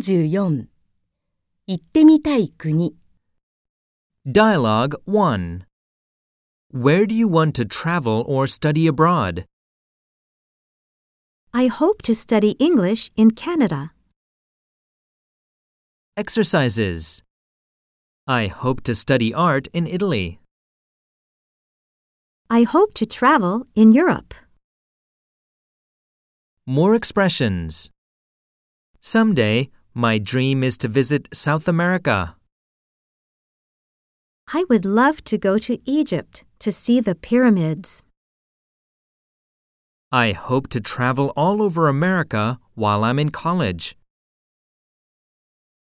34行ってみたい国 Dialogue 1 Where do you want to travel or study abroad? I hope to study English in Canada. Exercises I hope to study art in Italy. I hope to travel in Europe. More expressions. Someday, my dream is to visit South America. I would love to go to Egypt to see the pyramids. I hope to travel all over America while I'm in college.